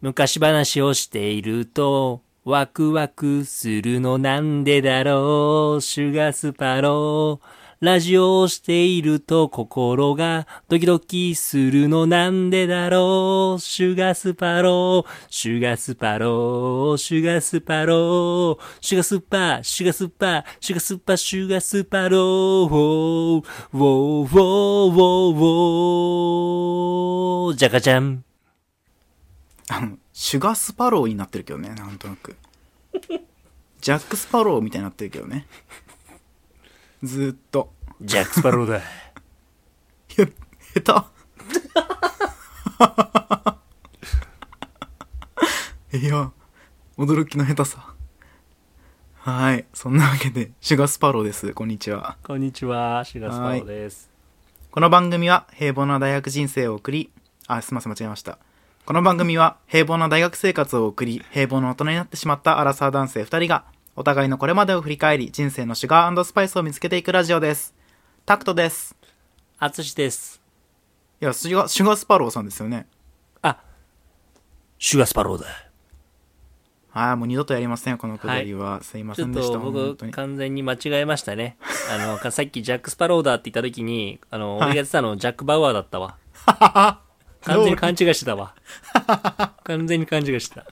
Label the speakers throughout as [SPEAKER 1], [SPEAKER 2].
[SPEAKER 1] 昔話をしていると、ワクワクするのなんでだろう、シュガースパロー。ラジオをしていると心がドキドキするのなんでだろう、シュガースパロー。シュガースパロー、シュガースパロー。シュガースパ、シュガースパ、シュガースパ、シュガースパロー。ウォー、ウォー、ウォー、ウォー、ウォー。じゃかちゃん。
[SPEAKER 2] あの、シュガースパローになってるけどね、なんとなく。ジャック・スパローみたいになってるけどね。ずーっと。
[SPEAKER 1] ジャックスパローだ。
[SPEAKER 2] いや、下手。 いや、驚きの下手さ。はい。そんなわけで、シュガースパローです。こんにちは。
[SPEAKER 1] こんにちは、シュガースパローです。
[SPEAKER 2] この番組は平凡な大学人生を送り、あ、すいません、間違えました。この番組は平凡な大学生活を送り、平凡な大人になってしまったアラサー男性2人が、お互いのこれまでを振り返り、人生のシュガースパイスを見つけていくラジオです。タクトです。
[SPEAKER 1] あつしです。
[SPEAKER 2] いや、シュガシュガースパローさんですよね。
[SPEAKER 1] あ、シュガースパローだ。
[SPEAKER 2] はい、もう二度とやりませんよ、このくだりは。すいま
[SPEAKER 1] ち
[SPEAKER 2] せ
[SPEAKER 1] ょっ
[SPEAKER 2] んでした、
[SPEAKER 1] と
[SPEAKER 2] 本
[SPEAKER 1] 僕
[SPEAKER 2] 当に。
[SPEAKER 1] 完全に間違えました ね。あの、かさっきジャック・スパローだって言った時に、あの、俺がやってたのジャック・バウアーだった わ。完全に勘違いしてたわ。完全に勘違いしてた。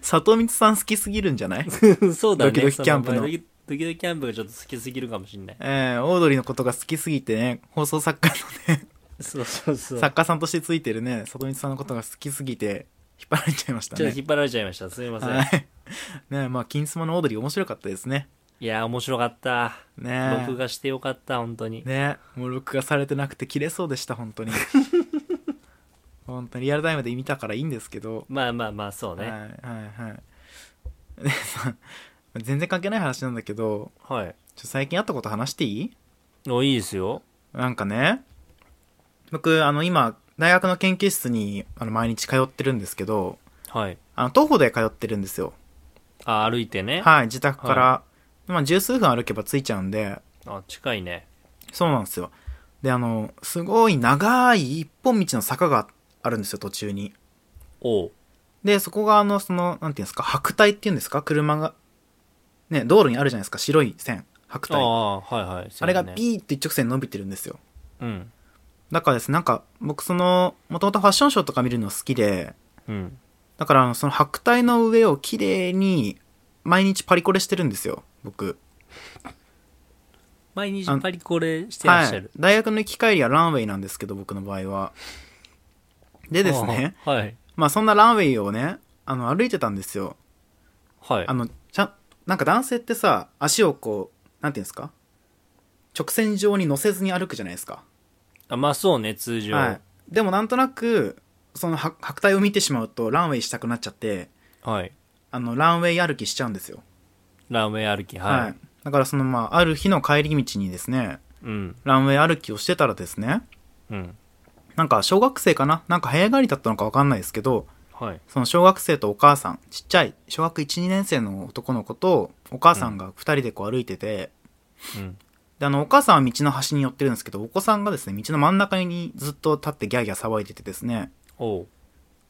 [SPEAKER 2] 里光さん好きすぎるんじ ゃない
[SPEAKER 1] そうだね。
[SPEAKER 2] ドキドキキャンプ
[SPEAKER 1] そ
[SPEAKER 2] の
[SPEAKER 1] ドキドキドキキャンプがちょっと好きすぎるかもし んない。
[SPEAKER 2] えー、オードリーのことが好きすぎてね、放送作家のね、
[SPEAKER 1] そうそう そう。
[SPEAKER 2] 作家さんとしてついてるね、里光さんのことが好きすぎて、引っ張られちゃいました
[SPEAKER 1] ちょっ
[SPEAKER 2] ね
[SPEAKER 1] と。引っ張られちゃいました。すみません。
[SPEAKER 2] はい。ねまあ、金スマのオードリー面白かったですね。
[SPEAKER 1] いやー、面白かった。
[SPEAKER 2] ね
[SPEAKER 1] 録画してよかった、本当に。
[SPEAKER 2] ねもう録画されてなくて切れそうでした、本当に。本当にリアルタイムで見たからいいんですけど。
[SPEAKER 1] まあまあまあ、そう
[SPEAKER 2] はい、
[SPEAKER 1] ね。
[SPEAKER 2] はい、はい。でさ全然関係ない話なんだけど、
[SPEAKER 1] はい。
[SPEAKER 2] ちょ最近あったこと話していい
[SPEAKER 1] お、いいですよ。
[SPEAKER 2] なんかね、僕、あの、今、大学の研究室に、あの、毎日通ってるんですけど、
[SPEAKER 1] はい。
[SPEAKER 2] あの、徒歩で通ってるんですよ。
[SPEAKER 1] あ、歩いてね。
[SPEAKER 2] はい、自宅から、まあ、十数分歩けば着いちゃうんで、
[SPEAKER 1] あ、近いね。
[SPEAKER 2] そうなんですよ。で、あの、すごい長い一本道の坂があるんですよ、途中に。
[SPEAKER 1] おう。
[SPEAKER 2] で、そこがあの、その、なんていうんですか、白帯っていうんですか、車が、ね、道路にあるじゃないですか、白い線、白
[SPEAKER 1] あ
[SPEAKER 2] 帯。あ,、
[SPEAKER 1] あ、はいはい。
[SPEAKER 2] れが
[SPEAKER 1] そうね
[SPEAKER 2] ビーって一直線伸びてるんですよ。
[SPEAKER 1] うん。
[SPEAKER 2] だからですね、なんか、僕その、もともとファッションショーとか見るの好きで、
[SPEAKER 1] うん。
[SPEAKER 2] だからあの、その白帯の上を綺麗に、毎日パリコレしてるんですよ、僕。
[SPEAKER 1] 毎日
[SPEAKER 2] あの
[SPEAKER 1] パリコレしてらっ
[SPEAKER 2] は
[SPEAKER 1] しゃ
[SPEAKER 2] い
[SPEAKER 1] る。。
[SPEAKER 2] 大学の行き帰りはランウェイなんですけど、僕の場合は。でですね、
[SPEAKER 1] ああ。はい。
[SPEAKER 2] まあそんなランウェイをね、あの歩いてたんですよ。
[SPEAKER 1] はい
[SPEAKER 2] あ。の、ちゃん、なんか男性ってさ、足をこう、なんていうんですか直線上に乗せずに歩くじゃないですか。
[SPEAKER 1] あまあそうね、通常。
[SPEAKER 2] は。
[SPEAKER 1] はい
[SPEAKER 2] でもなんとなく、その白白帯を見てしまうとランウェイしたくなっちゃって、
[SPEAKER 1] い。
[SPEAKER 2] あの、ランウェイ歩きしちゃうんですよ。
[SPEAKER 1] ラーメン歩き、
[SPEAKER 2] はい。
[SPEAKER 1] はい。
[SPEAKER 2] だからそのまあ、ある日の帰り道にですね、
[SPEAKER 1] うん。
[SPEAKER 2] ランウェイ歩きをしてたらですね、
[SPEAKER 1] うん。
[SPEAKER 2] なんか小学生かななんか早帰りだったのかわかんないですけど、
[SPEAKER 1] はい。
[SPEAKER 2] その小学生とお母さん、ちっちゃい、小学1、2年生の男の子と、お母さんが2人でこう歩いてて、
[SPEAKER 1] うん。
[SPEAKER 2] で、あの、お母さんは道の端に寄ってるんですけど、お子さんがですね、道の真ん中にずっと立ってギャーギャー騒いでてですね、
[SPEAKER 1] おう。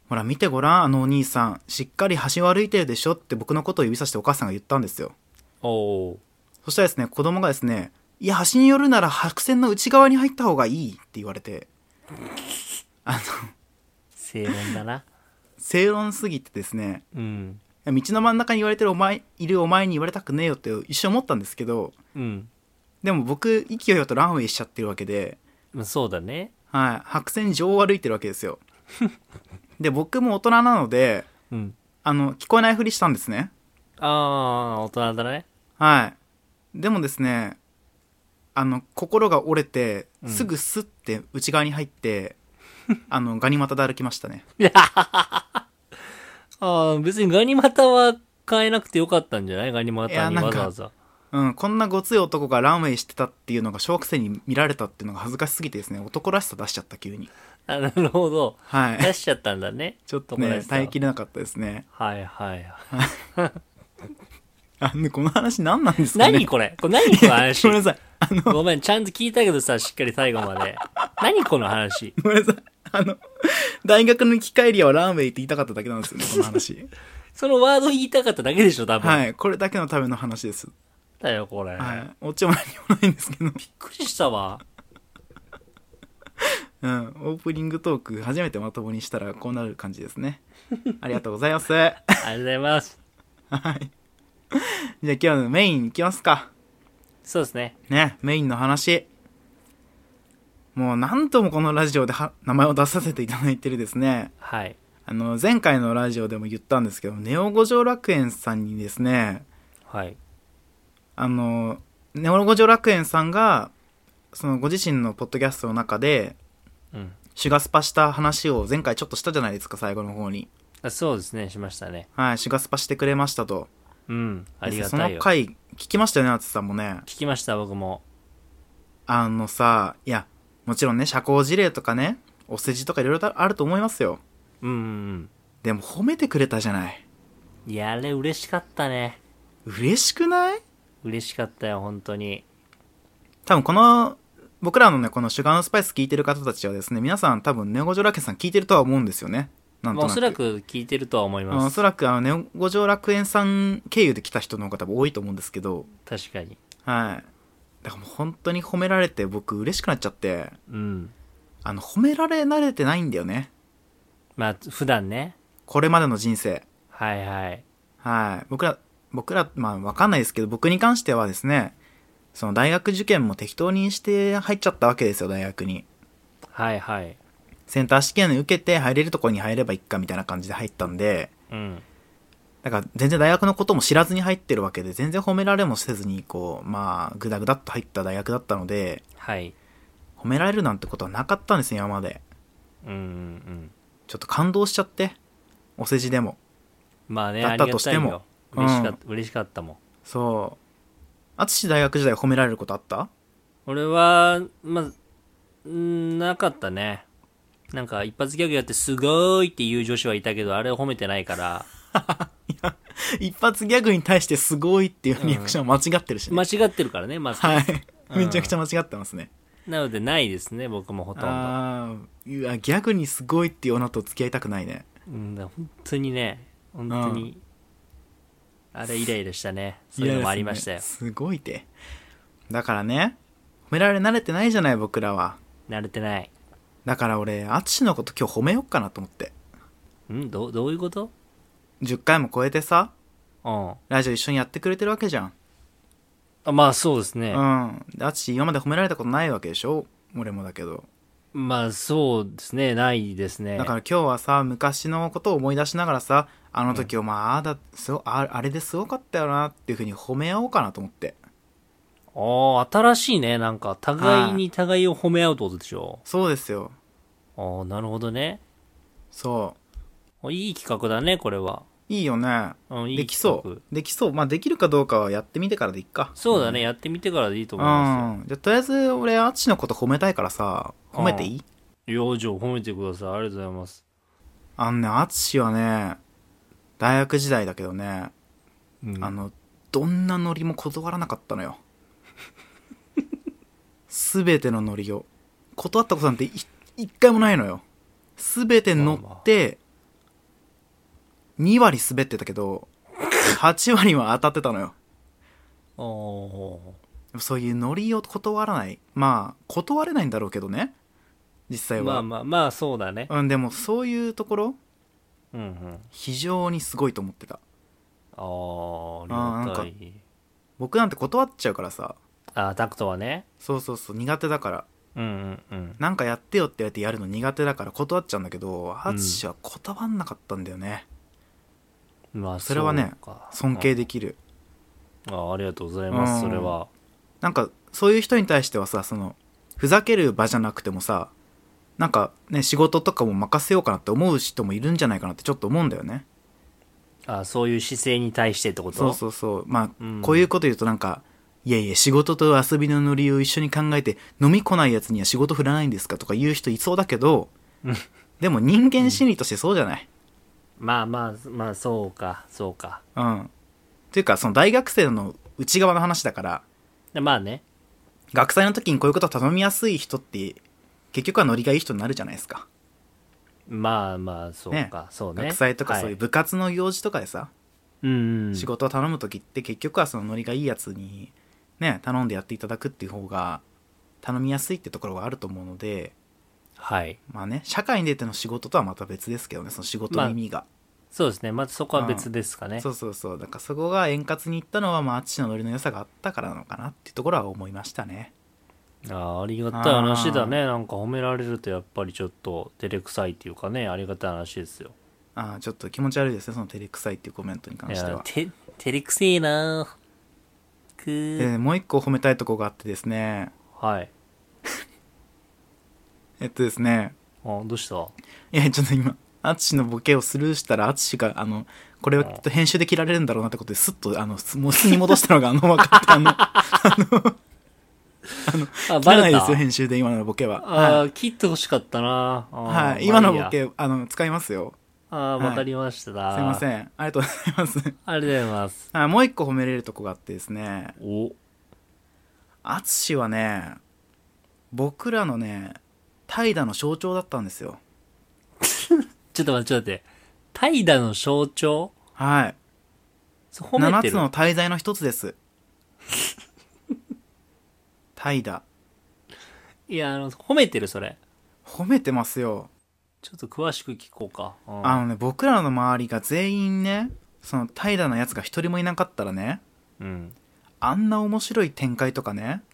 [SPEAKER 2] ほら見てごらん、あのお兄さん、しっかり橋を歩いてるでしょって僕のことを指さしてお母さんが言ったんですよ。
[SPEAKER 1] おう。
[SPEAKER 2] そしたらですね、子供がですね、いや、橋に寄るなら白線の内側に入った方がいいって言われて、あの、
[SPEAKER 1] 正論だな。
[SPEAKER 2] 正論すぎてですね、
[SPEAKER 1] うん。
[SPEAKER 2] 道の真ん中に言われてるお前、いるお前に言われたくねえよって一瞬思ったんですけど、
[SPEAKER 1] うん。
[SPEAKER 2] でも僕、勢いよとランウェイしちゃってるわけで、
[SPEAKER 1] まあそうだね。
[SPEAKER 2] はい、白線上を歩いてるわけですよ。で、僕も大人なので、
[SPEAKER 1] うん。
[SPEAKER 2] あの、聞こえないふりしたんですね。
[SPEAKER 1] ああ、大人だね。
[SPEAKER 2] はい。でもですね、あの、心が折れて、すぐスッて内側に入って、あの、ガニ股で歩きましたね。
[SPEAKER 1] ああ、別にガニ股は変えなくてよかったんじゃないガニ
[SPEAKER 2] い
[SPEAKER 1] 股
[SPEAKER 2] や
[SPEAKER 1] に
[SPEAKER 2] なんか
[SPEAKER 1] わざわざ。
[SPEAKER 2] うん、こんなごつい男がランウェイしてたっていうのが小学生に見られたっていうのが恥ずかしすぎてですね、男らしさ出しちゃった急に。
[SPEAKER 1] あなるほど。
[SPEAKER 2] はい。
[SPEAKER 1] 出しちゃったんだね。
[SPEAKER 2] ちょっと
[SPEAKER 1] 友
[SPEAKER 2] ね、
[SPEAKER 1] 達さん
[SPEAKER 2] 耐えきれなかったですね。
[SPEAKER 1] はいはい はい。
[SPEAKER 2] あ、ねこの話何なんですかね
[SPEAKER 1] 何これこれ何この話
[SPEAKER 2] ごめんなさい。あの、
[SPEAKER 1] ごめん、ちゃんと聞いたけどさ、しっかり最後まで。何この話
[SPEAKER 2] ごめんなさい。あの、大学の行き帰りはランウェイって言いたかっただけなんですよね、 この話。
[SPEAKER 1] そのワード言いたかっただけでしょ、多分。
[SPEAKER 2] はい。これだけのための話です。
[SPEAKER 1] だよ、これ。
[SPEAKER 2] は
[SPEAKER 1] びっ
[SPEAKER 2] い。オチも何もないんですけど。
[SPEAKER 1] くりしたわ。
[SPEAKER 2] うん。オープニングトーク、初めてまともにしたらこうなる感じです ね。ありがとうございます。はい。
[SPEAKER 1] ありがとうございます。
[SPEAKER 2] じゃあ今日のメインいきますか。
[SPEAKER 1] そうですね。
[SPEAKER 2] ね、メインの話。もう何度もこのラジオでは名前を出させていただいてるですね。
[SPEAKER 1] はい。
[SPEAKER 2] あの、前回のラジオでも言ったんですけど、ネオ五条楽園さんにですね、
[SPEAKER 1] はい。
[SPEAKER 2] あの、ネオ五条楽園さんが、そのご自身のポッドキャストの中で、
[SPEAKER 1] うん。
[SPEAKER 2] シュガスパした話を前回ちょっとしたじゃないですか、最後の方に。
[SPEAKER 1] あそうですね、しましたね。
[SPEAKER 2] はい、シュガスパしてくれましたと。
[SPEAKER 1] うん。ありが
[SPEAKER 2] そ
[SPEAKER 1] たい
[SPEAKER 2] の
[SPEAKER 1] よ。
[SPEAKER 2] 回、聞きましたよね、淳さんもね。
[SPEAKER 1] 聞きました、僕も。
[SPEAKER 2] あのさ、いや、もちろんね、社交辞令とかね、お世辞とかいろいろあると思いますよ。
[SPEAKER 1] うんうん
[SPEAKER 2] でも褒めてくれたじゃない。
[SPEAKER 1] うん。いや、あれ嬉しかったね。
[SPEAKER 2] 嬉しくない
[SPEAKER 1] 嬉しかったよ、本当に。
[SPEAKER 2] 多分この、僕らのね、このシュガーのスパイス聞いてる方たちはですね、皆さん多分ネオ五条楽園さん聞いてるとは思うんですよね。なん
[SPEAKER 1] ま
[SPEAKER 2] と
[SPEAKER 1] あ、
[SPEAKER 2] な
[SPEAKER 1] お
[SPEAKER 2] く。
[SPEAKER 1] そら。く聞いてるとは思いま
[SPEAKER 2] お
[SPEAKER 1] す。
[SPEAKER 2] そらくあのネオ五条楽園さん経由で来た人の方が多分多いと思うんですけど、
[SPEAKER 1] 確かに。
[SPEAKER 2] はい。だからもう本当に褒められて僕嬉しくなっちゃって、
[SPEAKER 1] うん。
[SPEAKER 2] あの、褒められ慣れてないんだよね。
[SPEAKER 1] まあ、普段ね。
[SPEAKER 2] これまでの人生。
[SPEAKER 1] はいはい。
[SPEAKER 2] はい。僕ら、僕ら、まあわかんないですけど、僕に関してはですね、その大学受験も適当にして入っちゃったわけですよ、大学に。
[SPEAKER 1] はいはい。
[SPEAKER 2] センター試験受けて入れるとこに入ればいいかみたいな感じで入ったんで、
[SPEAKER 1] うん。
[SPEAKER 2] だから全然大学のことも知らずに入ってるわけで、全然褒められもせずに、こう、まあ、ぐだぐだっと入った大学だったので、
[SPEAKER 1] はい。
[SPEAKER 2] 褒められるなんてことはなかったんですよ、今まで。
[SPEAKER 1] うんうんうん。
[SPEAKER 2] ちょっと感動しちゃって。お世辞でも。
[SPEAKER 1] まあね、
[SPEAKER 2] だ
[SPEAKER 1] あ
[SPEAKER 2] っ
[SPEAKER 1] りが
[SPEAKER 2] た
[SPEAKER 1] たいよ。
[SPEAKER 2] としても
[SPEAKER 1] 嬉しかった、嬉しかったもん。
[SPEAKER 2] そう。あつし大学時代褒められることあった
[SPEAKER 1] 俺は、まあ、うんなかったね。なんか、一発ギャグやってすごいっていう女子はいたけど、あれを褒めてないから、
[SPEAKER 2] 一発ギャグに対してすごいっていうリアクション間違ってるしね。
[SPEAKER 1] 間違ってるからね、まず。
[SPEAKER 2] はい。めちゃくちゃ間違ってますね。
[SPEAKER 1] なので、ないですね、僕もほとんど。
[SPEAKER 2] ああ、いや、ギャグにすごいっていう女と付き合いたくないね。
[SPEAKER 1] うん、本当にね、本当に、あれイライラしたね。そういうのもありましたよ
[SPEAKER 2] いや。すねすごいて。だからね、褒められ慣れてないじゃない、僕らは。
[SPEAKER 1] 慣れてない。
[SPEAKER 2] だから俺、アツシのこと今日褒めよっかなと思って。
[SPEAKER 1] んどうどういうこと
[SPEAKER 2] 10回も超えてさ、
[SPEAKER 1] うん
[SPEAKER 2] ラジオ一緒にやってくれてるわけじゃん。
[SPEAKER 1] あ。まあ、そうですね。
[SPEAKER 2] うん。で、アツシ今まで褒められたことないわけでしょ俺もだけど。
[SPEAKER 1] まあ、そうですね、ないですね。
[SPEAKER 2] だから今日はさ、昔のことを思い出しながらさ、あの時をまあ、ああだ、そう、ああれですごかったよなっていうふうに褒め合おうかなと思って。
[SPEAKER 1] ああ、新しいね。なんか、互いに互いを褒め合うってことでしょ。
[SPEAKER 2] そうですよ。
[SPEAKER 1] ああ、なるほどね。
[SPEAKER 2] そ
[SPEAKER 1] あいい企画だね、これは。
[SPEAKER 2] う。いいよね。
[SPEAKER 1] うん、いい
[SPEAKER 2] できそ
[SPEAKER 1] 企
[SPEAKER 2] う。できそう。まあ、できるかどうかはやってみてからでいっか。
[SPEAKER 1] 画そうだね、やってみてからでいいと
[SPEAKER 2] う
[SPEAKER 1] 思いま
[SPEAKER 2] ん。じゃあ、とりあえず、俺、アッチのこと褒めたいからさ、褒めていい
[SPEAKER 1] すよ。養生褒めてください。ありがとうございます。
[SPEAKER 2] あのね、アッチはね、大学時代だけどね、
[SPEAKER 1] うん
[SPEAKER 2] あの、どんなノリも断らなかった のよ。すべてのノリを。断ったことなんてい一回もないのよ。すべて乗って、2割滑ってたけど、8割は当たってたのよ。
[SPEAKER 1] おー
[SPEAKER 2] そういうノリを断らない。まあ、断れないんだろうけどね。実際
[SPEAKER 1] まあ
[SPEAKER 2] は。
[SPEAKER 1] まあまあ、そうだね。
[SPEAKER 2] うん、でもそういうところ、
[SPEAKER 1] うんうん。
[SPEAKER 2] 非常にすごいと思ってた。
[SPEAKER 1] ああ、ありがたい。
[SPEAKER 2] 僕なんて断っちゃうからさ。
[SPEAKER 1] ああ、タクトはね。
[SPEAKER 2] そうそうそう、苦手だから。
[SPEAKER 1] うんうんうん。
[SPEAKER 2] なんかやってよって言われてやるの苦手だから断っちゃうんだけど、ハツシは断んなかったんだよね。
[SPEAKER 1] まあ、
[SPEAKER 2] それはね
[SPEAKER 1] そうか
[SPEAKER 2] 尊敬できる。
[SPEAKER 1] ああありがとうございます、
[SPEAKER 2] うん
[SPEAKER 1] それは。
[SPEAKER 2] なんか、そういう人に対してはさ、その、ふざける場じゃなくてもさ、なんかね、仕事とかも任せようかなって思う人もいるんじゃないかなってちょっと思うんだよね。
[SPEAKER 1] ああそういう姿勢に対してってこと
[SPEAKER 2] そうそうそう。まあ、
[SPEAKER 1] うん
[SPEAKER 2] こういうこと言うとなんか、いやいや、仕事と遊びのノリを一緒に考えて、飲み来ないやつには仕事振らないんですかとか言う人いそうだけど、
[SPEAKER 1] うん
[SPEAKER 2] でも人間心理としてそうじゃない。
[SPEAKER 1] まあまあ、まあ、そうか、そうか。
[SPEAKER 2] うん。っていうか、その大学生の内側の話だから、
[SPEAKER 1] でまあね。
[SPEAKER 2] 学祭の時にこういうこと頼みやすい人って、結局はノリがいい人になるじゃないですか。
[SPEAKER 1] まあまあ、そうか、そうね。
[SPEAKER 2] 学祭とかそういう
[SPEAKER 1] は
[SPEAKER 2] 部活の行事とかでさ、
[SPEAKER 1] いうんうん。
[SPEAKER 2] 仕事を頼む時って結局はそのノリがいいやつにね頼んでやっていただくっていう方が頼みやすいってところがあると思うので
[SPEAKER 1] はい。
[SPEAKER 2] まあね社会に出ての仕事とはまた別ですけどねその仕事の意味が、
[SPEAKER 1] そうですね。まずそこは別ですかね。
[SPEAKER 2] そうそうそうだからそこが円滑にいったのはまああっちのノリの良さがあったからなのかなっていうところは思いましたね
[SPEAKER 1] あーありがたい話だね。なんか褒められるとやっぱりちょっと照れくさいっていうかね、ありがたい話ですよ。
[SPEAKER 2] ああちょっと気持ち悪いですねその照れくさいっていうコメントに関
[SPEAKER 1] い
[SPEAKER 2] して
[SPEAKER 1] や
[SPEAKER 2] は、
[SPEAKER 1] て、照れくせえなく
[SPEAKER 2] え
[SPEAKER 1] ー。
[SPEAKER 2] もう一個褒めたいとこがあってですね
[SPEAKER 1] はい。
[SPEAKER 2] えっとですね
[SPEAKER 1] あ、どうした
[SPEAKER 2] いや、ちょっと今、アツシのボケをスルーしたら、アツシが、あの、これをきっと編集で切られるんだろうなってことで、スッと、あの、すもう素に戻したのが、あの、分かった、あ の、
[SPEAKER 1] あ、
[SPEAKER 2] 切
[SPEAKER 1] バ
[SPEAKER 2] ら
[SPEAKER 1] レ
[SPEAKER 2] な
[SPEAKER 1] た
[SPEAKER 2] いですよ、編集で、今のボケは。
[SPEAKER 1] あ
[SPEAKER 2] は
[SPEAKER 1] ー切ってほしかったな。あー
[SPEAKER 2] い。
[SPEAKER 1] ま
[SPEAKER 2] は
[SPEAKER 1] あ
[SPEAKER 2] い。今の
[SPEAKER 1] いいや
[SPEAKER 2] ボケ、あの、使いますよ。
[SPEAKER 1] あーわかりました。
[SPEAKER 2] すいませ
[SPEAKER 1] ん。
[SPEAKER 2] ん。ありがとうございます。
[SPEAKER 1] ありがとうございます。
[SPEAKER 2] あもう一個褒めれるとこがあってですね、
[SPEAKER 1] お、
[SPEAKER 2] アツシはね、僕らのね、怠惰の象徴だったんですよ。
[SPEAKER 1] ちょっと待って、ちょっと待って。怠惰の象徴
[SPEAKER 2] はい。
[SPEAKER 1] そう褒めて
[SPEAKER 2] 7つ
[SPEAKER 1] る。
[SPEAKER 2] の滞在の一 つです。怠惰。
[SPEAKER 1] いや、あの、褒めてる、それ。
[SPEAKER 2] 褒めてますよ。
[SPEAKER 1] ちょっと詳しく聞こうか。うん
[SPEAKER 2] あのね、僕らの周りが全員ね、その怠惰なやつが一人もいなかったらね、
[SPEAKER 1] うん。
[SPEAKER 2] あんな面白い展開とかね、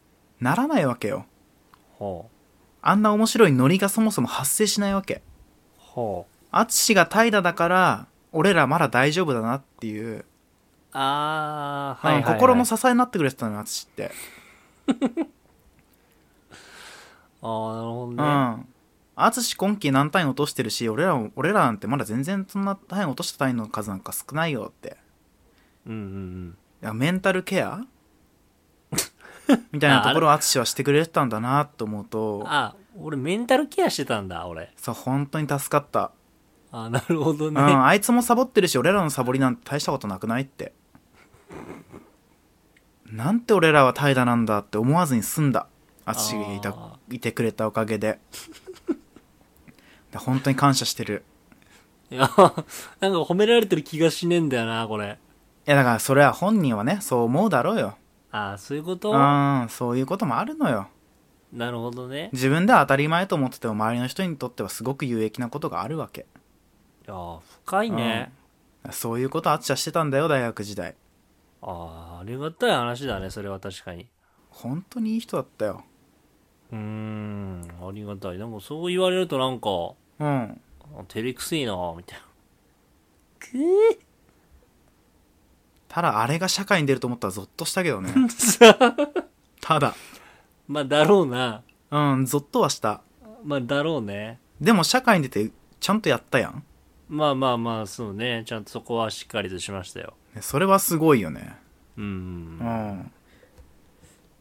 [SPEAKER 2] ならないわけよ。
[SPEAKER 1] ほう。
[SPEAKER 2] あんな面白いノリがそもそも発生しないわけ。
[SPEAKER 1] ほう。
[SPEAKER 2] アツシが怠惰だから、俺らまだ大丈夫だなっていう、
[SPEAKER 1] あー、
[SPEAKER 2] あ
[SPEAKER 1] は
[SPEAKER 2] の
[SPEAKER 1] いはい、はい。
[SPEAKER 2] 心の支えになってくれてたのよ、アツシって。
[SPEAKER 1] あー、なるほど
[SPEAKER 2] う
[SPEAKER 1] ね。
[SPEAKER 2] ん。アツシ今季何単位落としてるし、俺らも、俺らなんてまだ全然そんな単位落とした単位の数なんか少ないよって。
[SPEAKER 1] うんうん
[SPEAKER 2] いやメンタルケアみたいなところを淳はしてくれてたんだなと思う
[SPEAKER 1] うん。
[SPEAKER 2] と
[SPEAKER 1] あ、俺メンタルケアしてたんだ、俺。
[SPEAKER 2] そう本当に助かった、
[SPEAKER 1] あ、なるほど
[SPEAKER 2] う
[SPEAKER 1] ね。
[SPEAKER 2] ん、あいつもサボってるし俺らのサボりなんて大したことなくないってなんて俺らは怠惰なんだって思わずに済んだ淳がい
[SPEAKER 1] あ
[SPEAKER 2] たいてくれたおかげでで本当に感謝してる
[SPEAKER 1] いや、なんか褒められてる気がしねえんだよな、これ。
[SPEAKER 2] いやだからそれは本人はねそう思うだろうよ
[SPEAKER 1] あー、そういうこと
[SPEAKER 2] うんそういうこともあるのよ
[SPEAKER 1] なるほどね。
[SPEAKER 2] 自分では当たり前と思ってても周りの人にとってはすごく有益なことがあるわけ
[SPEAKER 1] いやー、深いね。
[SPEAKER 2] そういうことあっちゃしてたんだよ大学時代
[SPEAKER 1] ああ、ありがたい話だね、それは確かに。
[SPEAKER 2] 本当にいい人だったよ
[SPEAKER 1] うーん、ありがたい。なんかそう言われるとなんか、
[SPEAKER 2] うん
[SPEAKER 1] あ照れくせえな、みたいな。く
[SPEAKER 2] ただあれが社会に出ると思ったらゾッとしたけ どね
[SPEAKER 1] ー
[SPEAKER 2] ただ
[SPEAKER 1] まあ、だろうな。
[SPEAKER 2] うんゾッとはした
[SPEAKER 1] まあ、だろうね。
[SPEAKER 2] でも社会に出てちゃんとやったやん
[SPEAKER 1] まあまあまあ、そうね。ちゃんとそこはしっかりとしましたよ。
[SPEAKER 2] ねそれはすごいよね
[SPEAKER 1] うー。
[SPEAKER 2] うんん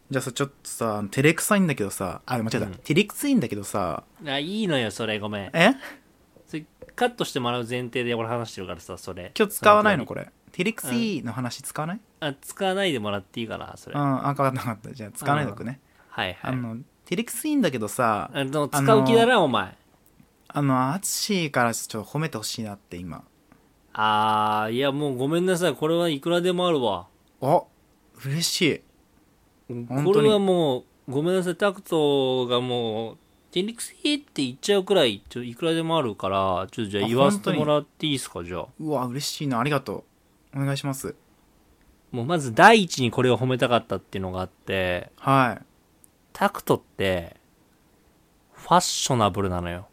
[SPEAKER 2] じゃあさちょっとさ照れくさいんだけどさあ間違えた、照れくさいんだけどさ
[SPEAKER 1] あ、いいのよ、それ。ごめん。
[SPEAKER 2] え
[SPEAKER 1] それカットしてもらう前提で俺話してるからさ、それ。
[SPEAKER 2] 今日使わないの
[SPEAKER 1] そ
[SPEAKER 2] これ照れくさいの話使わない、
[SPEAKER 1] あ、使わないでもらっていいかな、それ。
[SPEAKER 2] うん、
[SPEAKER 1] はい
[SPEAKER 2] あ分かった分かったじゃあ使わないでおくね、
[SPEAKER 1] はい。
[SPEAKER 2] あの照れくさいんだけどさ、
[SPEAKER 1] あの、使う気だな、お前。
[SPEAKER 2] あの、アツシからちょっと褒めてほしいなって今。
[SPEAKER 1] あー、いや、もうごめんなさい。これはいくらでもあるわ。
[SPEAKER 2] あ嬉しい。当に
[SPEAKER 1] これはもう、ごめんなさい。タクトがもう、天理くせーって言っちゃうくらい、ちょいくらでもあるから、ちょっとじゃあ
[SPEAKER 2] あ
[SPEAKER 1] 言わせてもらっていいですか、じゃあ。
[SPEAKER 2] うわ、嬉しいな。ありがとう。お願いします。
[SPEAKER 1] もうまず第一にこれを褒めたかったっていうのがあって、
[SPEAKER 2] はい。
[SPEAKER 1] タクトって、ファッショナブルなのよ。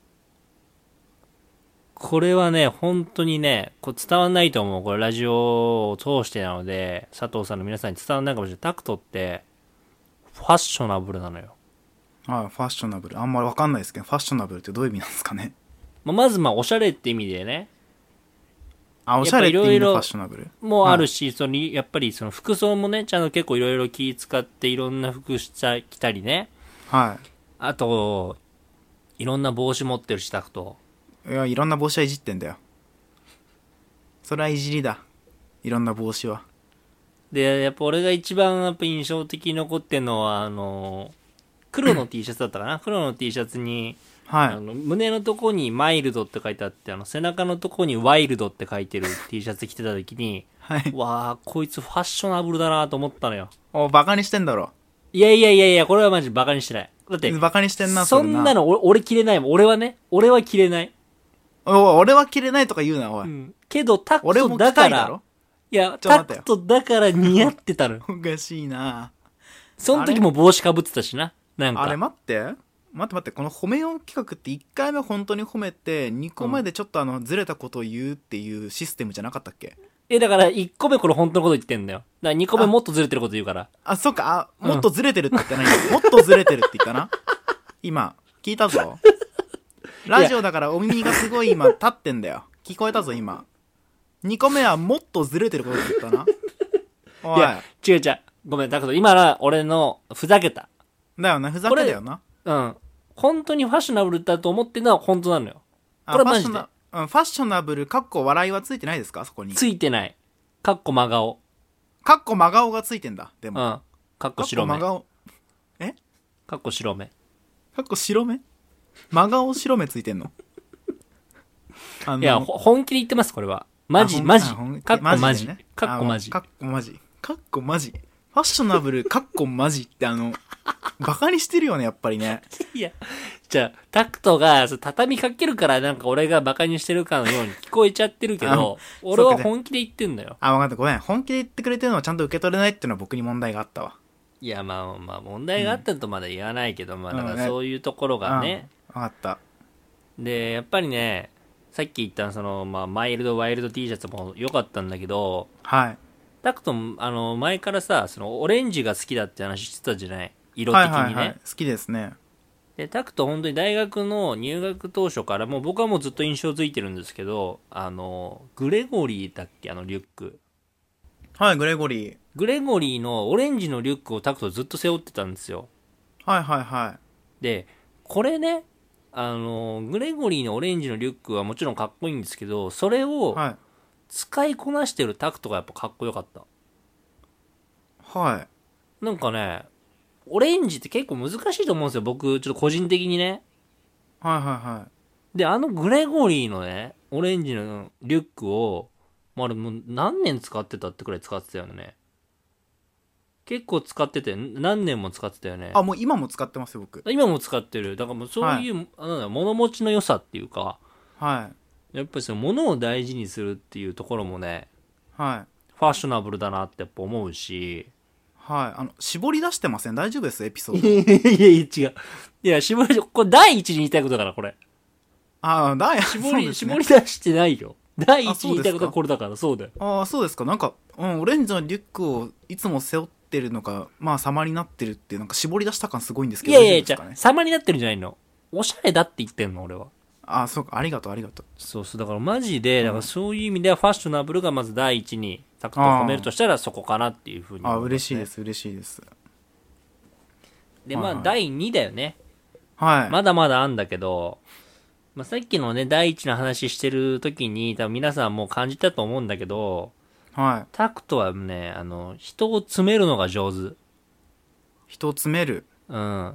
[SPEAKER 1] これはね、本当にね、これ伝わんないと思う。これラジオを通してなので、佐藤さんの皆さんに伝わんないかもしれない。タクトって、ファッショナブルなのよ。
[SPEAKER 2] はい、ファッショナブル。あんまりわかんないですけど、ファッショナブルってどういう意味なんですかね。
[SPEAKER 1] まあまずまあ、おしゃれって意味でね、
[SPEAKER 2] あ、おしゃれって意
[SPEAKER 1] やっぱ
[SPEAKER 2] 味
[SPEAKER 1] いろい
[SPEAKER 2] の
[SPEAKER 1] ろ
[SPEAKER 2] ファッショナブル。
[SPEAKER 1] もあるし、そのやっぱりその服装もね、ちゃんと結構いろいろ気使っていろんな服しちゃ、着たりね。
[SPEAKER 2] は
[SPEAKER 1] あと、いろんな帽子持ってるし、タクト。
[SPEAKER 2] い。いや、いろんな帽子はいじってんだよ。それはいじりだ。いろんな帽子は。
[SPEAKER 1] で、やっぱ俺が一番やっぱ印 象的に残ってんのは、あの、黒の T シャツだったかな黒の T シャツに、
[SPEAKER 2] はい
[SPEAKER 1] あの胸のとこにマイルドって書いてあって、あの背中のとこにワイルドって書いてる T シャツ着てた時に、
[SPEAKER 2] はい。
[SPEAKER 1] わあこいつファッショナブルだなと思ったのよ。
[SPEAKER 2] お、バカにしてんだろ。
[SPEAKER 1] いやいやいやいや、これはマジバカにしてない。だって、
[SPEAKER 2] バカにしてんな、
[SPEAKER 1] そ
[SPEAKER 2] それ
[SPEAKER 1] んな。の俺俺着れないもん。俺はね、俺は着れない。
[SPEAKER 2] お俺は着れないとか言うな、お
[SPEAKER 1] う
[SPEAKER 2] い。
[SPEAKER 1] ん。けどタク
[SPEAKER 2] 俺
[SPEAKER 1] ト
[SPEAKER 2] も着
[SPEAKER 1] だ
[SPEAKER 2] た
[SPEAKER 1] か
[SPEAKER 2] いだ
[SPEAKER 1] ら
[SPEAKER 2] ろ、。
[SPEAKER 1] いや、
[SPEAKER 2] ちょっと待
[SPEAKER 1] タ
[SPEAKER 2] ってよ
[SPEAKER 1] クトだから似合ってたのよ。
[SPEAKER 2] おかしいな。
[SPEAKER 1] その時も帽子かぶってたしな。なんか。
[SPEAKER 2] あれ待って。待って待って、この褒めよう企画って1回目本当に褒めて、2個目でちょっとあの、ずれたことを言うっていうシステムじゃなかったっけ
[SPEAKER 1] え、だから1個目これ本当のこと言ってんだよ。だから2個目もっとずれてること言うから。
[SPEAKER 2] あ、そっか、あ、もっとずれてるって言ったな、 今もっとずれてるって言ったな。今、聞いたぞ。ラジオだからお耳がすごい今立ってんだよ。聞こえたぞ、今。2個目はもっとずれてることって言ったな。お
[SPEAKER 1] い
[SPEAKER 2] い。
[SPEAKER 1] や、違う違う。ごめん、だけど今のは俺のふざけた。
[SPEAKER 2] だよな、ふざけだよな。
[SPEAKER 1] うん。本当にファッショナブルだと思ってるのは本当なのよ。
[SPEAKER 2] あ
[SPEAKER 1] これマジで
[SPEAKER 2] ファッショナうん、ファッショナブル、かっこ笑いはついてないですかそこに。
[SPEAKER 1] ついてない。かっこ真顔。
[SPEAKER 2] かっこ真顔がついてんだ。で
[SPEAKER 1] うん。
[SPEAKER 2] も。
[SPEAKER 1] かっこ
[SPEAKER 2] かっ
[SPEAKER 1] 白
[SPEAKER 2] こ
[SPEAKER 1] 目。
[SPEAKER 2] 真
[SPEAKER 1] か
[SPEAKER 2] 顔。
[SPEAKER 1] っこ白目。
[SPEAKER 2] かっこ白目真顔白目ついてんの。あの
[SPEAKER 1] いや、ほ本気で言ってます、これは。マ
[SPEAKER 2] あ
[SPEAKER 1] ジ、
[SPEAKER 2] ほん
[SPEAKER 1] マジ
[SPEAKER 2] あほん。
[SPEAKER 1] かっこマジ
[SPEAKER 2] でね。
[SPEAKER 1] かっこマジ
[SPEAKER 2] あ。かっこマジ。かっこマジ。ファッショナブル、かっこマジってあの、バカにしてるよね、やっぱりね。
[SPEAKER 1] いや、じゃあ、タクトが、そう畳みかけるからなんか俺が馬鹿にしてるかのように聞こえちゃってるけど、俺
[SPEAKER 2] そう
[SPEAKER 1] は
[SPEAKER 2] かね
[SPEAKER 1] 本気で言ってんだよ。
[SPEAKER 2] あ、わかった。ごめん。本気で言ってくれてるのをちゃんと受け取れないっていうのは僕に問題があったわ。
[SPEAKER 1] いや、まあまあ、問題があったとまだ言わないけど、まあ、だか
[SPEAKER 2] うん
[SPEAKER 1] ら
[SPEAKER 2] ね
[SPEAKER 1] そういうところがね。
[SPEAKER 2] うん。わかった。
[SPEAKER 1] で、やっぱりね、さっき言った、その、まあ、マイルド、ワイルド T シャツも良かったんだけど、
[SPEAKER 2] はい。
[SPEAKER 1] タクトも、あの、前からさ、その、オレンジが好きだって話してたじゃない色的
[SPEAKER 2] は
[SPEAKER 1] に
[SPEAKER 2] い
[SPEAKER 1] ね。
[SPEAKER 2] はいはい。好きですね。
[SPEAKER 1] で、タクト本当に大学の入学当初から、もう僕はもうずっと印象づいてるんですけど、あの、グレゴリーだっけあのリュック。
[SPEAKER 2] はい、グレゴリー。
[SPEAKER 1] グレゴリーのオレンジのリュックをタクトずっと背負ってたんですよ。
[SPEAKER 2] はいはいはい。
[SPEAKER 1] で、これね、あの、グレゴリーのオレンジのリュックはもちろんかっこいいんですけど、それを
[SPEAKER 2] はい。
[SPEAKER 1] 使いこなしてるタクトがやっぱかっこよかった。
[SPEAKER 2] はい。
[SPEAKER 1] なんかね、オレンジって結構難しいと思うんですよ。僕、ちょっと個人的にね。
[SPEAKER 2] はいは
[SPEAKER 1] で、あのグレゴリーのね、オレンジのリュックを、まあ、あれもう何年使ってたってくらい使ってたよね。結構使ってて、ん何年も使ってたよね
[SPEAKER 2] い。。あ、もう今も使ってますよ、僕。
[SPEAKER 1] 今も使ってる。だからもうそういう、なんだ物持ちの良さっていうか、
[SPEAKER 2] はい。
[SPEAKER 1] やっぱりその物を大事にするっていうところもね、
[SPEAKER 2] はい。
[SPEAKER 1] ファッショナブルだなってやっぱ思うし。
[SPEAKER 2] はい。あの、絞り出してません大丈夫ですエピソ
[SPEAKER 1] い
[SPEAKER 2] ー
[SPEAKER 1] や
[SPEAKER 2] ド。
[SPEAKER 1] いやいや、違う。いや、絞り、これ第一に言いたいことだから、これ。
[SPEAKER 2] ああ、だい、
[SPEAKER 1] 絞
[SPEAKER 2] そう
[SPEAKER 1] り、
[SPEAKER 2] ですね
[SPEAKER 1] 絞り出してないよ。第
[SPEAKER 2] あ
[SPEAKER 1] 一
[SPEAKER 2] そ
[SPEAKER 1] に言
[SPEAKER 2] うで
[SPEAKER 1] いたい
[SPEAKER 2] すか
[SPEAKER 1] ことはこれだから、そうだよ。
[SPEAKER 2] ああ、そうですか。なんか、うん、オレンジのリュックをいつも背負ってるのか、まあ、様になってるっていう、なんか絞り出した感すごいんですけ
[SPEAKER 1] い
[SPEAKER 2] ど、
[SPEAKER 1] やいやいや、
[SPEAKER 2] 大丈
[SPEAKER 1] じ
[SPEAKER 2] 夫
[SPEAKER 1] ゃ
[SPEAKER 2] で
[SPEAKER 1] あ
[SPEAKER 2] すかね。
[SPEAKER 1] 様になってるんじゃないの。おしゃれだって言ってんの、俺は。
[SPEAKER 2] ああ、そうか。ありがとう、ありがと
[SPEAKER 1] そうそう、だからマジで、だからそういう意味ではファッショナブルがまず第一に、タクトを褒めるとしたらそこかなっていうふうに
[SPEAKER 2] う。ああ、
[SPEAKER 1] 思いますね、
[SPEAKER 2] 嬉しいです、嬉しいです。
[SPEAKER 1] で、ま
[SPEAKER 2] はい
[SPEAKER 1] あ
[SPEAKER 2] はい
[SPEAKER 1] 第2だよね。
[SPEAKER 2] はい。
[SPEAKER 1] まだまだあんだけど、まあ、さっきのね、第一の話してる時に、多分皆さんもう感じたと思うんだけど、
[SPEAKER 2] はい。
[SPEAKER 1] タクトはね、あの、人を詰めるのが上手。
[SPEAKER 2] 人を詰める。
[SPEAKER 1] うん。あ、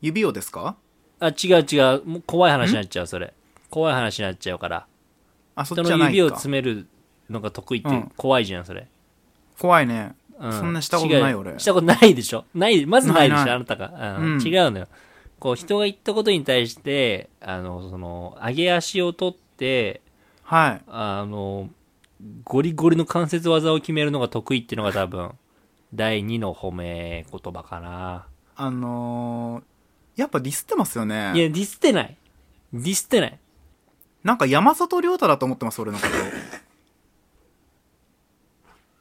[SPEAKER 2] 指をですか
[SPEAKER 1] 違う違う。もう怖い話になっちゃう、それ。怖い話になっちゃうから。
[SPEAKER 2] あ、そ
[SPEAKER 1] 人
[SPEAKER 2] っちじゃ
[SPEAKER 1] の
[SPEAKER 2] ない
[SPEAKER 1] 指を
[SPEAKER 2] か。
[SPEAKER 1] 詰めるのが得意って
[SPEAKER 2] うん
[SPEAKER 1] 怖いじゃん、それ。
[SPEAKER 2] 怖いね。
[SPEAKER 1] う
[SPEAKER 2] そんなしたことない
[SPEAKER 1] 違う
[SPEAKER 2] 俺
[SPEAKER 1] したことないでしょない、まずないでしょ
[SPEAKER 2] ないない
[SPEAKER 1] あなたが、うん
[SPEAKER 2] うん
[SPEAKER 1] 違うのよ。こう、人が言ったことに対して、あの、その、上げ足を取って、
[SPEAKER 2] はい。
[SPEAKER 1] あの、ゴリゴリの関節技を決めるのが得意っていうのが多分、第2の褒め言葉かな。
[SPEAKER 2] あのー、やっぱディスってますよ
[SPEAKER 1] い
[SPEAKER 2] ね。
[SPEAKER 1] や、ディスってない。ディスってない。
[SPEAKER 2] なんか山里亮太だと思ってます、俺のこと。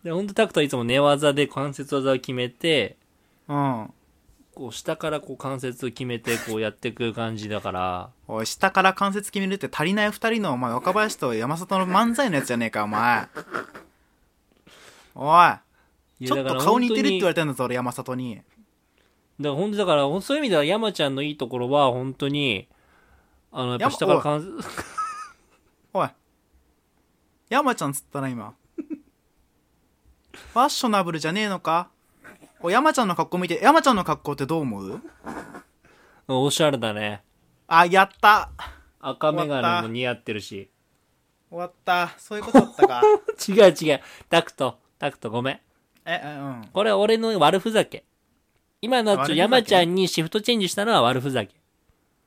[SPEAKER 1] で、ほんとタクトはいつも寝技で関節技を決めて、
[SPEAKER 2] うん。
[SPEAKER 1] こう、下からこう関節を決めて、こうやっていく感じだから、
[SPEAKER 2] おい、下から関節決めるって足りない二人の、お前、若林と山里の漫才のやつじゃねえか、お前。おい。
[SPEAKER 1] いや
[SPEAKER 2] ちょ
[SPEAKER 1] だ
[SPEAKER 2] っ
[SPEAKER 1] か
[SPEAKER 2] と
[SPEAKER 1] ら
[SPEAKER 2] 顔似てるって言
[SPEAKER 1] れ
[SPEAKER 2] われたんだぞ、俺、山里に。
[SPEAKER 1] だから本当だから、ほんそういう意味では山ちゃんのいいところは、本当に、あの、やっぱ下から関節、
[SPEAKER 2] おい。山ちゃんつったな、今。ファッショナブルじゃねえのかおい、山ちゃんの格好見て、山ちゃんの格好ってどう思う
[SPEAKER 1] おしゃれだね。
[SPEAKER 2] あ、やった
[SPEAKER 1] 赤眼鏡も似合ってるし。
[SPEAKER 2] 終わった。そういうことだったか。
[SPEAKER 1] 違う違う。タクト、タクトごめん。
[SPEAKER 2] え、えうん。
[SPEAKER 1] これ俺の悪ふざけ。今のちょ
[SPEAKER 2] 悪ふざけ
[SPEAKER 1] 山ちゃんにシフトチェンジしたのは悪ふざけ。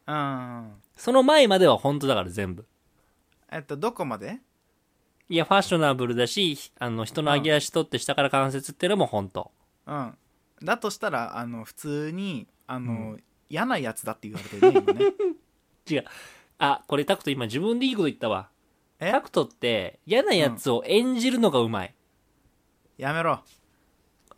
[SPEAKER 2] うん。
[SPEAKER 1] その前までは本当だから全部。
[SPEAKER 2] えっと、どこまで
[SPEAKER 1] いや、ファッショナブルだし、あの、人の上げ足取って下から関節ってのも本当。
[SPEAKER 2] うん。だとしたら、あの、普通に、あの、嫌なやつだって言われてるね、今ね。
[SPEAKER 1] 違う。あ、これタクト今自分でいいこと言ったわ。
[SPEAKER 2] え
[SPEAKER 1] タクトって嫌なやつを演じるのがうまい。
[SPEAKER 2] やめろ。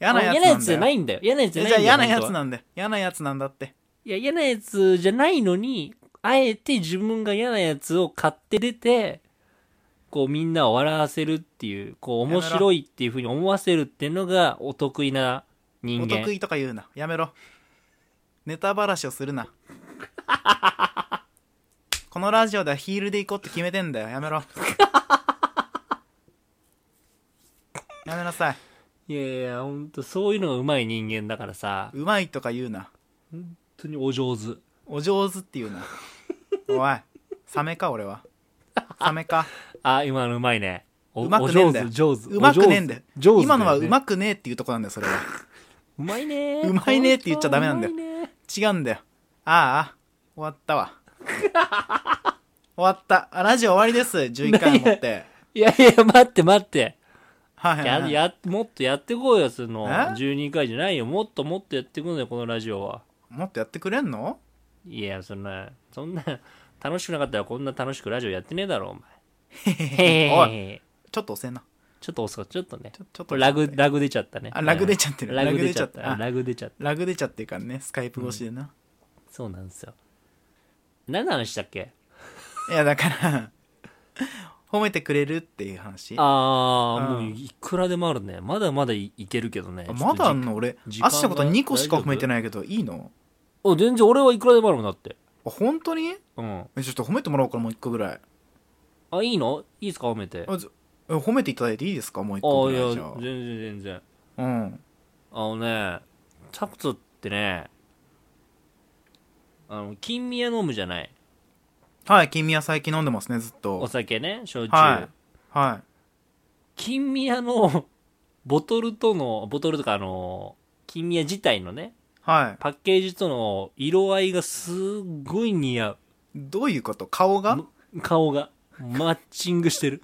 [SPEAKER 2] 嫌な
[SPEAKER 1] あ
[SPEAKER 2] やつ
[SPEAKER 1] 嫌な
[SPEAKER 2] な
[SPEAKER 1] や
[SPEAKER 2] ん
[SPEAKER 1] つ
[SPEAKER 2] だ
[SPEAKER 1] じゃ
[SPEAKER 2] よ
[SPEAKER 1] な。いんだよ。嫌なやつじ
[SPEAKER 2] え
[SPEAKER 1] ゃ
[SPEAKER 2] じ
[SPEAKER 1] な
[SPEAKER 2] ゃあ
[SPEAKER 1] いんだよ。
[SPEAKER 2] 嫌なや
[SPEAKER 1] 本
[SPEAKER 2] つ
[SPEAKER 1] 当は
[SPEAKER 2] なんだよ。嫌なやつなんだって。
[SPEAKER 1] いや、嫌なやつじゃないのに、あえて自分が嫌なやつを買って出て、こうみんなを笑わせるっていう、こう
[SPEAKER 2] やめ
[SPEAKER 1] 面
[SPEAKER 2] ろ
[SPEAKER 1] 白いっていうふうに思わせるっていうのがお得意な人
[SPEAKER 2] お
[SPEAKER 1] 間。
[SPEAKER 2] 得意とか言うな。やめろ。ネタばらしをする な。このラジオではヒールで行こうって決めてんだよ。やめろ。やめなさい。
[SPEAKER 1] いやいや、ほんとそういうのがうまい人間だからさ、
[SPEAKER 2] うまいとか言うな。
[SPEAKER 1] 本当にお上手。
[SPEAKER 2] お上手って言うな。おい。サメか、俺は。サメか。
[SPEAKER 1] あ、今のうまいね。お
[SPEAKER 2] うまくねえんだよ
[SPEAKER 1] お上手、上手。
[SPEAKER 2] うまくねえんだよ。
[SPEAKER 1] お上手上手
[SPEAKER 2] 今のはう
[SPEAKER 1] く
[SPEAKER 2] まくねえっていうとこなんだよ、それは。
[SPEAKER 1] うまいね
[SPEAKER 2] うまいねって言っちゃダメなんだよ
[SPEAKER 1] うまいね
[SPEAKER 2] 違うんだよ。ああ、終わっ たわ。終わった。あラジオ終わりです。11回もって。
[SPEAKER 1] いやいや、待って待って。
[SPEAKER 2] はいはい
[SPEAKER 1] や
[SPEAKER 2] はい。
[SPEAKER 1] やもっとやってこうよ、その。
[SPEAKER 2] え
[SPEAKER 1] 12回じゃないよ。もっともっとやってこうよ、このラジオは。
[SPEAKER 2] もっとやってくれんの
[SPEAKER 1] いや、そんな、そんな、楽しくなかったらこんな楽しくラジオやってねえだろ、お前。へ へ
[SPEAKER 2] お
[SPEAKER 1] へへ
[SPEAKER 2] ちょっと遅えな。
[SPEAKER 1] ちょっと遅かった、ちょっとね。
[SPEAKER 2] ちょち
[SPEAKER 1] こ
[SPEAKER 2] ょっ
[SPEAKER 1] とれラグ、ラグ出ちゃったね。
[SPEAKER 2] あラグ出ちゃってる
[SPEAKER 1] ラグ出ちゃっ
[SPEAKER 2] ラグ出ちゃ
[SPEAKER 1] た。
[SPEAKER 2] った
[SPEAKER 1] ラグ出ちゃった。
[SPEAKER 2] ラグ出ちゃってるからね、スカイプ越しでな。
[SPEAKER 1] そうなんですよ。何の話したっけ
[SPEAKER 2] いや、だから、 褒めてくれるっていう話。
[SPEAKER 1] あー、
[SPEAKER 2] う
[SPEAKER 1] も
[SPEAKER 2] ん
[SPEAKER 1] ういくらでもあるね。まだまだいいけるけどね。
[SPEAKER 2] あまだあんの俺、
[SPEAKER 1] 時間
[SPEAKER 2] あ
[SPEAKER 1] が
[SPEAKER 2] っしたこと2個しか褒めてないけど、いいの
[SPEAKER 1] お全然俺はいくらでもあるもんだって。
[SPEAKER 2] あ、本当に
[SPEAKER 1] うん。
[SPEAKER 2] えちょっと褒めてもらおうからもう1個ぐらい。
[SPEAKER 1] あ、いいのいいですか褒めて。あ
[SPEAKER 2] あずえ褒めていただいていいですかもう1個
[SPEAKER 1] ー
[SPEAKER 2] ぐ
[SPEAKER 1] い
[SPEAKER 2] らい
[SPEAKER 1] や、
[SPEAKER 2] じゃ
[SPEAKER 1] 全然全然。
[SPEAKER 2] あ。うん。
[SPEAKER 1] あのね、タクトってね、あの、金宮飲むじゃない。
[SPEAKER 2] はい、君は最近飲んでますね、ずっ
[SPEAKER 1] お
[SPEAKER 2] と。
[SPEAKER 1] 酒ね、焼酎。
[SPEAKER 2] はい。はい。
[SPEAKER 1] 金宮のボトルとの、ボトルとかあの、金宮自体のね、
[SPEAKER 2] はい。
[SPEAKER 1] パッケージとの色合いがすっごい似合
[SPEAKER 2] どういうこと顔が
[SPEAKER 1] う。顔が。マッチングして る。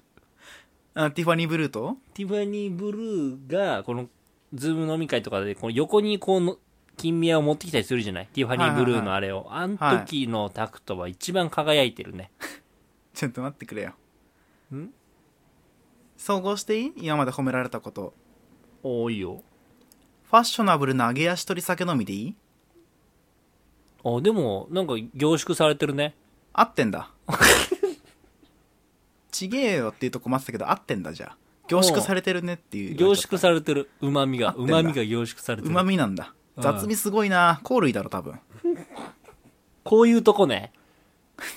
[SPEAKER 2] あティファニーブルーと
[SPEAKER 1] ティファニーブルーが、この、ズーム飲み会とかで、この横にこうの、金宮を持ってきたりするじゃないティファニーブルーのあれを。あん時のタクトは一番輝いてるね。
[SPEAKER 2] ちょっと待ってくれよ。
[SPEAKER 1] ん
[SPEAKER 2] 総合していい今まで褒められたこと。
[SPEAKER 1] 多いよ。
[SPEAKER 2] ファッショナブルな揚げ足取り酒飲みでいい
[SPEAKER 1] あ、でも、なんか凝縮されてるね。
[SPEAKER 2] 合って んだ。ちげえよっていうとこ待ってたけど、合ってんだじゃあ。凝縮されてるねっていう。
[SPEAKER 1] 凝縮されてる。旨味が。
[SPEAKER 2] 合ってんだ
[SPEAKER 1] 旨味が凝縮されて
[SPEAKER 2] う
[SPEAKER 1] る。
[SPEAKER 2] まみなんだ。
[SPEAKER 1] うん
[SPEAKER 2] 雑味すごいな。コールイだろ、多分。
[SPEAKER 1] こういうとこね。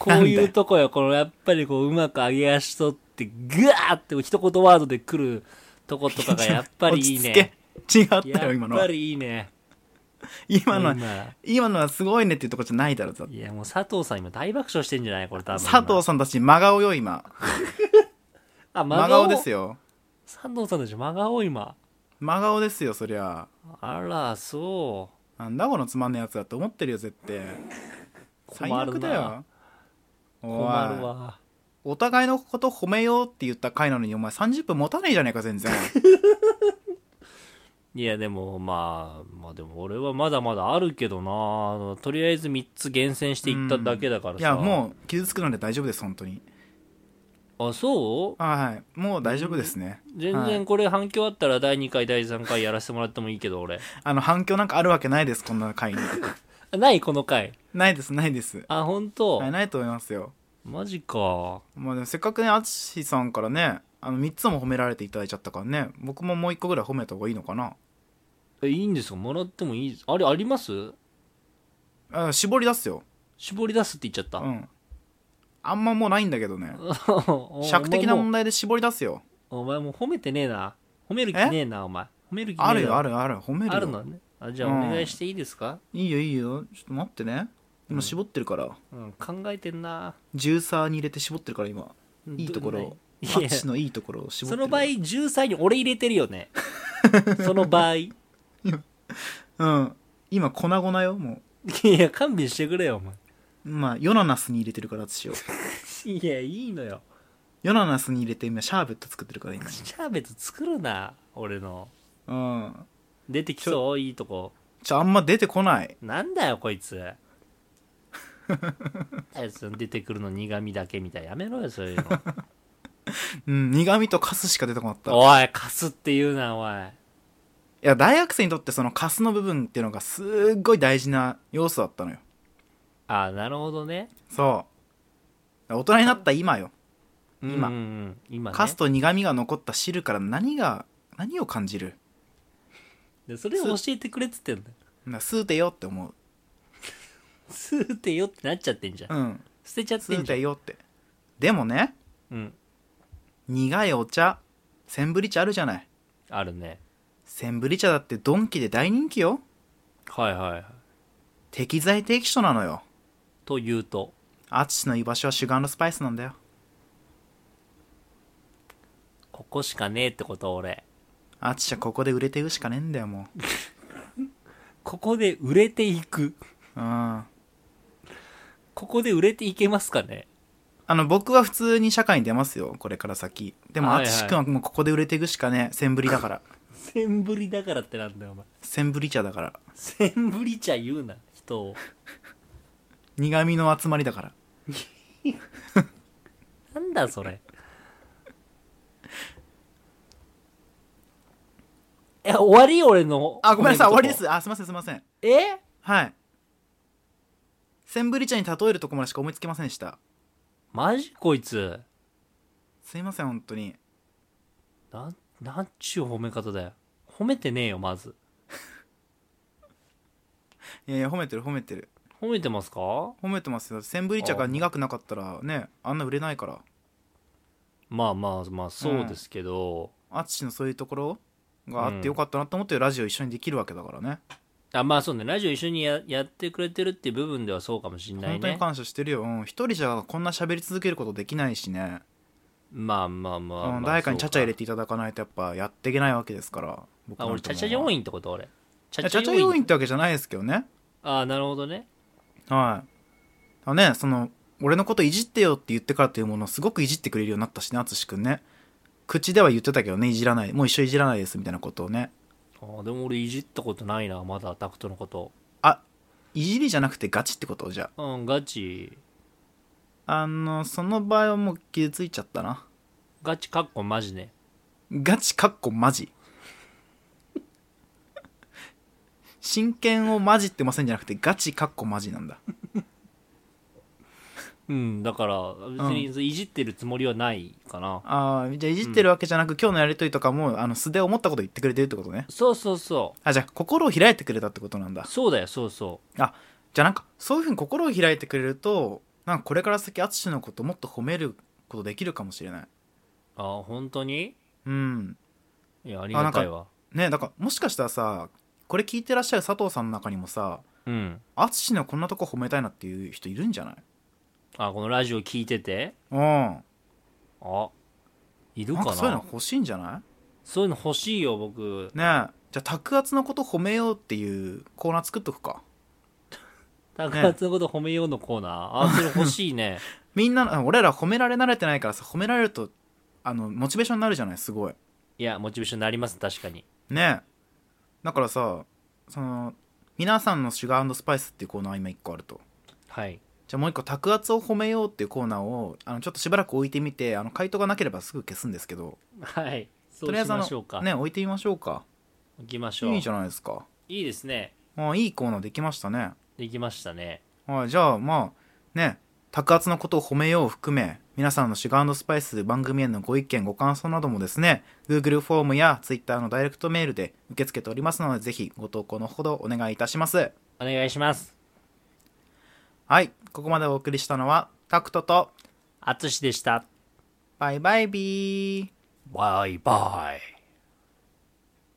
[SPEAKER 1] こう
[SPEAKER 2] なん
[SPEAKER 1] い
[SPEAKER 2] だ
[SPEAKER 1] う
[SPEAKER 2] よ
[SPEAKER 1] とこよ。このやっぱりこう、うまく上げ足取って、ぐわーって一言ワードで来るとことかがやっぱりいいね。
[SPEAKER 2] 落ち着け。違った
[SPEAKER 1] や
[SPEAKER 2] よ、
[SPEAKER 1] っ
[SPEAKER 2] 今の
[SPEAKER 1] ぱ
[SPEAKER 2] は。
[SPEAKER 1] りいいね。
[SPEAKER 2] 今のは、
[SPEAKER 1] 今
[SPEAKER 2] 今のはすごいねっていうとこじゃないだろ、だって
[SPEAKER 1] いや、もう佐藤さん今大爆笑してんじゃないこれ多分。
[SPEAKER 2] 佐藤
[SPEAKER 1] さ
[SPEAKER 2] さんたち真顔よ、今。
[SPEAKER 1] ん。あ、真
[SPEAKER 2] 真
[SPEAKER 1] 顔
[SPEAKER 2] 顔で
[SPEAKER 1] ですすよ。
[SPEAKER 2] よ。
[SPEAKER 1] 佐藤さんたち真顔今。
[SPEAKER 2] 真顔ですよ、そりゃ。
[SPEAKER 1] あら、そ
[SPEAKER 2] なんだこのつまんねえやつだって思ってるよ絶対
[SPEAKER 1] う。
[SPEAKER 2] 最
[SPEAKER 1] 困る
[SPEAKER 2] 悪だ
[SPEAKER 1] な。
[SPEAKER 2] よおい
[SPEAKER 1] 困るわ。
[SPEAKER 2] お互いのこと褒めようって言った回なのにお前30分持たねえじゃねえか全然
[SPEAKER 1] いや、でも、まあ、まあでも俺はまだまだあるけどな。とりあえず3つ厳選していっただけだから
[SPEAKER 2] い
[SPEAKER 1] さ。
[SPEAKER 2] やもう傷つくので大丈夫です本当に
[SPEAKER 1] う。あ、そう
[SPEAKER 2] はいもう大丈夫ですね
[SPEAKER 1] 全
[SPEAKER 2] はい
[SPEAKER 1] 然これ反響あったら第2回第3回やらせてもらってもいいけど俺
[SPEAKER 2] あの反響なんかあるわけないですこんな回に
[SPEAKER 1] あないこの回
[SPEAKER 2] ないですないです
[SPEAKER 1] あ本当、
[SPEAKER 2] はいないと思いますよ
[SPEAKER 1] マジか
[SPEAKER 2] まあでもせっかくね淳さんからねあの3つも褒められていただいちゃったからね僕ももう1個ぐらい褒めた方がいいのかな
[SPEAKER 1] えいいんですかもらってもいいですあれあります
[SPEAKER 2] あ絞り出すよ
[SPEAKER 1] 絞り出すって言っちゃった、
[SPEAKER 2] うんあんまもうないんだけどね
[SPEAKER 1] お
[SPEAKER 2] 尺的な問
[SPEAKER 1] 題
[SPEAKER 2] 題で絞り出すよ
[SPEAKER 1] お前もう褒めてねえな褒める気
[SPEAKER 2] え
[SPEAKER 1] ねえなお前褒める気ねえ
[SPEAKER 2] あるよあ
[SPEAKER 1] る
[SPEAKER 2] るよあるよ褒めるよ
[SPEAKER 1] あるのねあじゃあお願いしていいですか、
[SPEAKER 2] いいよいいよちょっと待ってね今絞ってるから
[SPEAKER 1] うん、考えてんな
[SPEAKER 2] ジューサーに入れて絞ってるから今いいところを
[SPEAKER 1] い
[SPEAKER 2] マッ
[SPEAKER 1] や
[SPEAKER 2] チのいいところを絞って
[SPEAKER 1] そ
[SPEAKER 2] る
[SPEAKER 1] の場合13に俺入れてるよ ねその場合い
[SPEAKER 2] うん今粉々よも
[SPEAKER 1] や勘弁してくれよお前
[SPEAKER 2] うまあヨナナスに入れてるから私を
[SPEAKER 1] いやいいのよ
[SPEAKER 2] ヨナナスに入れて今シャーベット作ってるから今
[SPEAKER 1] シャーベット作るな俺の
[SPEAKER 2] うん
[SPEAKER 1] 出てきそういいとこ
[SPEAKER 2] ちょあんま出てこない
[SPEAKER 1] なんだよこい つあいつ出てくるの苦味だけみたいやめろよそういうの
[SPEAKER 2] うん苦味とカスしか出てこなかったい
[SPEAKER 1] おいカスって言うなおい
[SPEAKER 2] や大学生にとってそのカスの部分っていうのがすっごい大事な要素だったのよ
[SPEAKER 1] ああなるほどね
[SPEAKER 2] そう大人になった今よ今
[SPEAKER 1] うんうんうん今ね
[SPEAKER 2] カスと苦味が残った汁から何が何を感じる
[SPEAKER 1] でそれを教えてくれっつってんだよ
[SPEAKER 2] な吸うてよって思う
[SPEAKER 1] スーってよってなっちゃってんじゃん
[SPEAKER 2] うん
[SPEAKER 1] 捨てちゃって
[SPEAKER 2] 吸
[SPEAKER 1] ん
[SPEAKER 2] う
[SPEAKER 1] じゃん
[SPEAKER 2] てよってでもね
[SPEAKER 1] うん
[SPEAKER 2] 苦いお茶センブリ茶あるじゃない
[SPEAKER 1] あるね
[SPEAKER 2] センブリ茶だってドンキで大人気よ
[SPEAKER 1] はいはいはい
[SPEAKER 2] 適材適所なのよ
[SPEAKER 1] というと
[SPEAKER 2] アツシの居場所はシュガーのスパイスなんだよ
[SPEAKER 1] ここしかねえってこと俺
[SPEAKER 2] アツシはここで売れていくしかねえんだよもう
[SPEAKER 1] ここで売れていく
[SPEAKER 2] うんあ
[SPEAKER 1] ここで売れていけますかね
[SPEAKER 2] の僕は普通に社会に出ますよこれから先でも
[SPEAKER 1] はい
[SPEAKER 2] ア
[SPEAKER 1] はい
[SPEAKER 2] ツシ君はもうここで売れていくしかねえセンブリだから
[SPEAKER 1] センブリだからってなんだよお前
[SPEAKER 2] センブリ茶だから
[SPEAKER 1] センブリ茶言うな人を
[SPEAKER 2] 苦味の集まりだから
[SPEAKER 1] なんだそれえ終わり俺の
[SPEAKER 2] あごめんなさい終わりで
[SPEAKER 1] とこ
[SPEAKER 2] すあすいませんすいません
[SPEAKER 1] え
[SPEAKER 2] はいセンブリ茶に例えるとこまでしか思いつきませんでした
[SPEAKER 1] マジこいつ
[SPEAKER 2] すいません本当に
[SPEAKER 1] なんなんちゅう褒め方だよ褒めてねえよまず
[SPEAKER 2] いやいや褒めてる褒めてる
[SPEAKER 1] 褒めてますか
[SPEAKER 2] 褒めてますよセンブリ茶が苦くなかったらねあんな売れないから
[SPEAKER 1] まあまあまあそうですけど、
[SPEAKER 2] 淳のそういうところがあってよかったなと思ってラジオ一緒にできるわけだからね、
[SPEAKER 1] あまあそうねラジオ一緒にややってくれてるっていう部分ではそうかもしんない
[SPEAKER 2] 本当に
[SPEAKER 1] ね
[SPEAKER 2] 感謝してるよ、うん、一人じゃこんな喋り続けることできないしね、
[SPEAKER 1] まあまあまあ、まあ
[SPEAKER 2] うん、誰かにちゃちゃ入れ
[SPEAKER 1] て
[SPEAKER 2] ていただかないとやっぱやっていけないわけですから僕
[SPEAKER 1] あ
[SPEAKER 2] なん
[SPEAKER 1] 俺
[SPEAKER 2] て
[SPEAKER 1] チャ
[SPEAKER 2] もう
[SPEAKER 1] チャ要員ってこと俺チ
[SPEAKER 2] いやちゃちゃ要員ってわけじゃないですけどね
[SPEAKER 1] ああなるほどね
[SPEAKER 2] はいあねその俺のこといじってよって言ってからというものをすごくいじってくれるようになったしね淳君ね口では言ってたけどねいじらないもう一緒いじらないですみたいなことをね
[SPEAKER 1] あーでも俺いじったことないなまだタクトのこと
[SPEAKER 2] あいじりじゃなくてガチってことじゃ
[SPEAKER 1] うんガチ
[SPEAKER 2] ああのその場合はもう傷ついちゃったな
[SPEAKER 1] ガチかっこマジね
[SPEAKER 2] ガチかっこマジ 真剣をマジってませんじゃなくてガチかっこマジなんだ
[SPEAKER 1] うんだから別にいじってるつもりはないかな、
[SPEAKER 2] ああじゃあいじってるわけじゃなく、今日のやりとりとかもあの素で思ったこと言ってくれてるってことね
[SPEAKER 1] そうそうそ
[SPEAKER 2] あじゃあ心を開いてくれたってことなんだ
[SPEAKER 1] うそうだよそうそ
[SPEAKER 2] あじゃあなんかそういうふうに心を開いてくれるとなんかこれから先淳のこともっと褒めることできるかもしれないう
[SPEAKER 1] ああ本当に
[SPEAKER 2] うん
[SPEAKER 1] いやありがたいわ
[SPEAKER 2] ねだからもしかしたらさこれ聞いてらっしゃる佐藤さんの中にもさ
[SPEAKER 1] うん
[SPEAKER 2] 淳のこんなとこ褒めたいなっていう人いるんじゃない
[SPEAKER 1] あこのラジオ聞いてて
[SPEAKER 2] うん
[SPEAKER 1] あいる
[SPEAKER 2] な
[SPEAKER 1] か
[SPEAKER 2] ん
[SPEAKER 1] な
[SPEAKER 2] かそういうの欲しいんじゃないね
[SPEAKER 1] そういうの欲しいよ僕
[SPEAKER 2] えじゃあ卓圧のこと褒めようっていうコーナー作っとくか
[SPEAKER 1] タクアツのこと褒めようのコーナーあ それ欲しいね
[SPEAKER 2] みんなあ俺ら褒められ慣れてないからさ褒められるとあのモチベーションになるじゃないすごい
[SPEAKER 1] いやモチベーションになります確かに
[SPEAKER 2] ねえだからさその皆さんのシュガースパイスっていうコーナー今1個あると
[SPEAKER 1] はい
[SPEAKER 2] じゃあもう1個卓圧を褒めようっていうコーナーをあのちょっとしばらく置いてみてあの回答がなければすぐ消すんですけど
[SPEAKER 1] はいそ
[SPEAKER 2] と
[SPEAKER 1] う
[SPEAKER 2] りあえ
[SPEAKER 1] し
[SPEAKER 2] ずあ
[SPEAKER 1] ましょうか
[SPEAKER 2] のね置いてみましょうか
[SPEAKER 1] 行きましょう
[SPEAKER 2] いいじゃないですか
[SPEAKER 1] いいですね
[SPEAKER 2] あいいコーナーできましたね
[SPEAKER 1] できましたね
[SPEAKER 2] はいじゃあまあね卓圧のことを褒めようを含め皆さんのシュガースパイス番組へのご意見ご感想などもですね Google フォームや Twitter のダイレクトメールで受け付けておりますのでぜひご投稿のほどお願いいたします
[SPEAKER 1] お願いします
[SPEAKER 2] はいここまでお送りしたのはタクトと
[SPEAKER 1] あつしでした
[SPEAKER 2] バイバイビー
[SPEAKER 1] バイバイ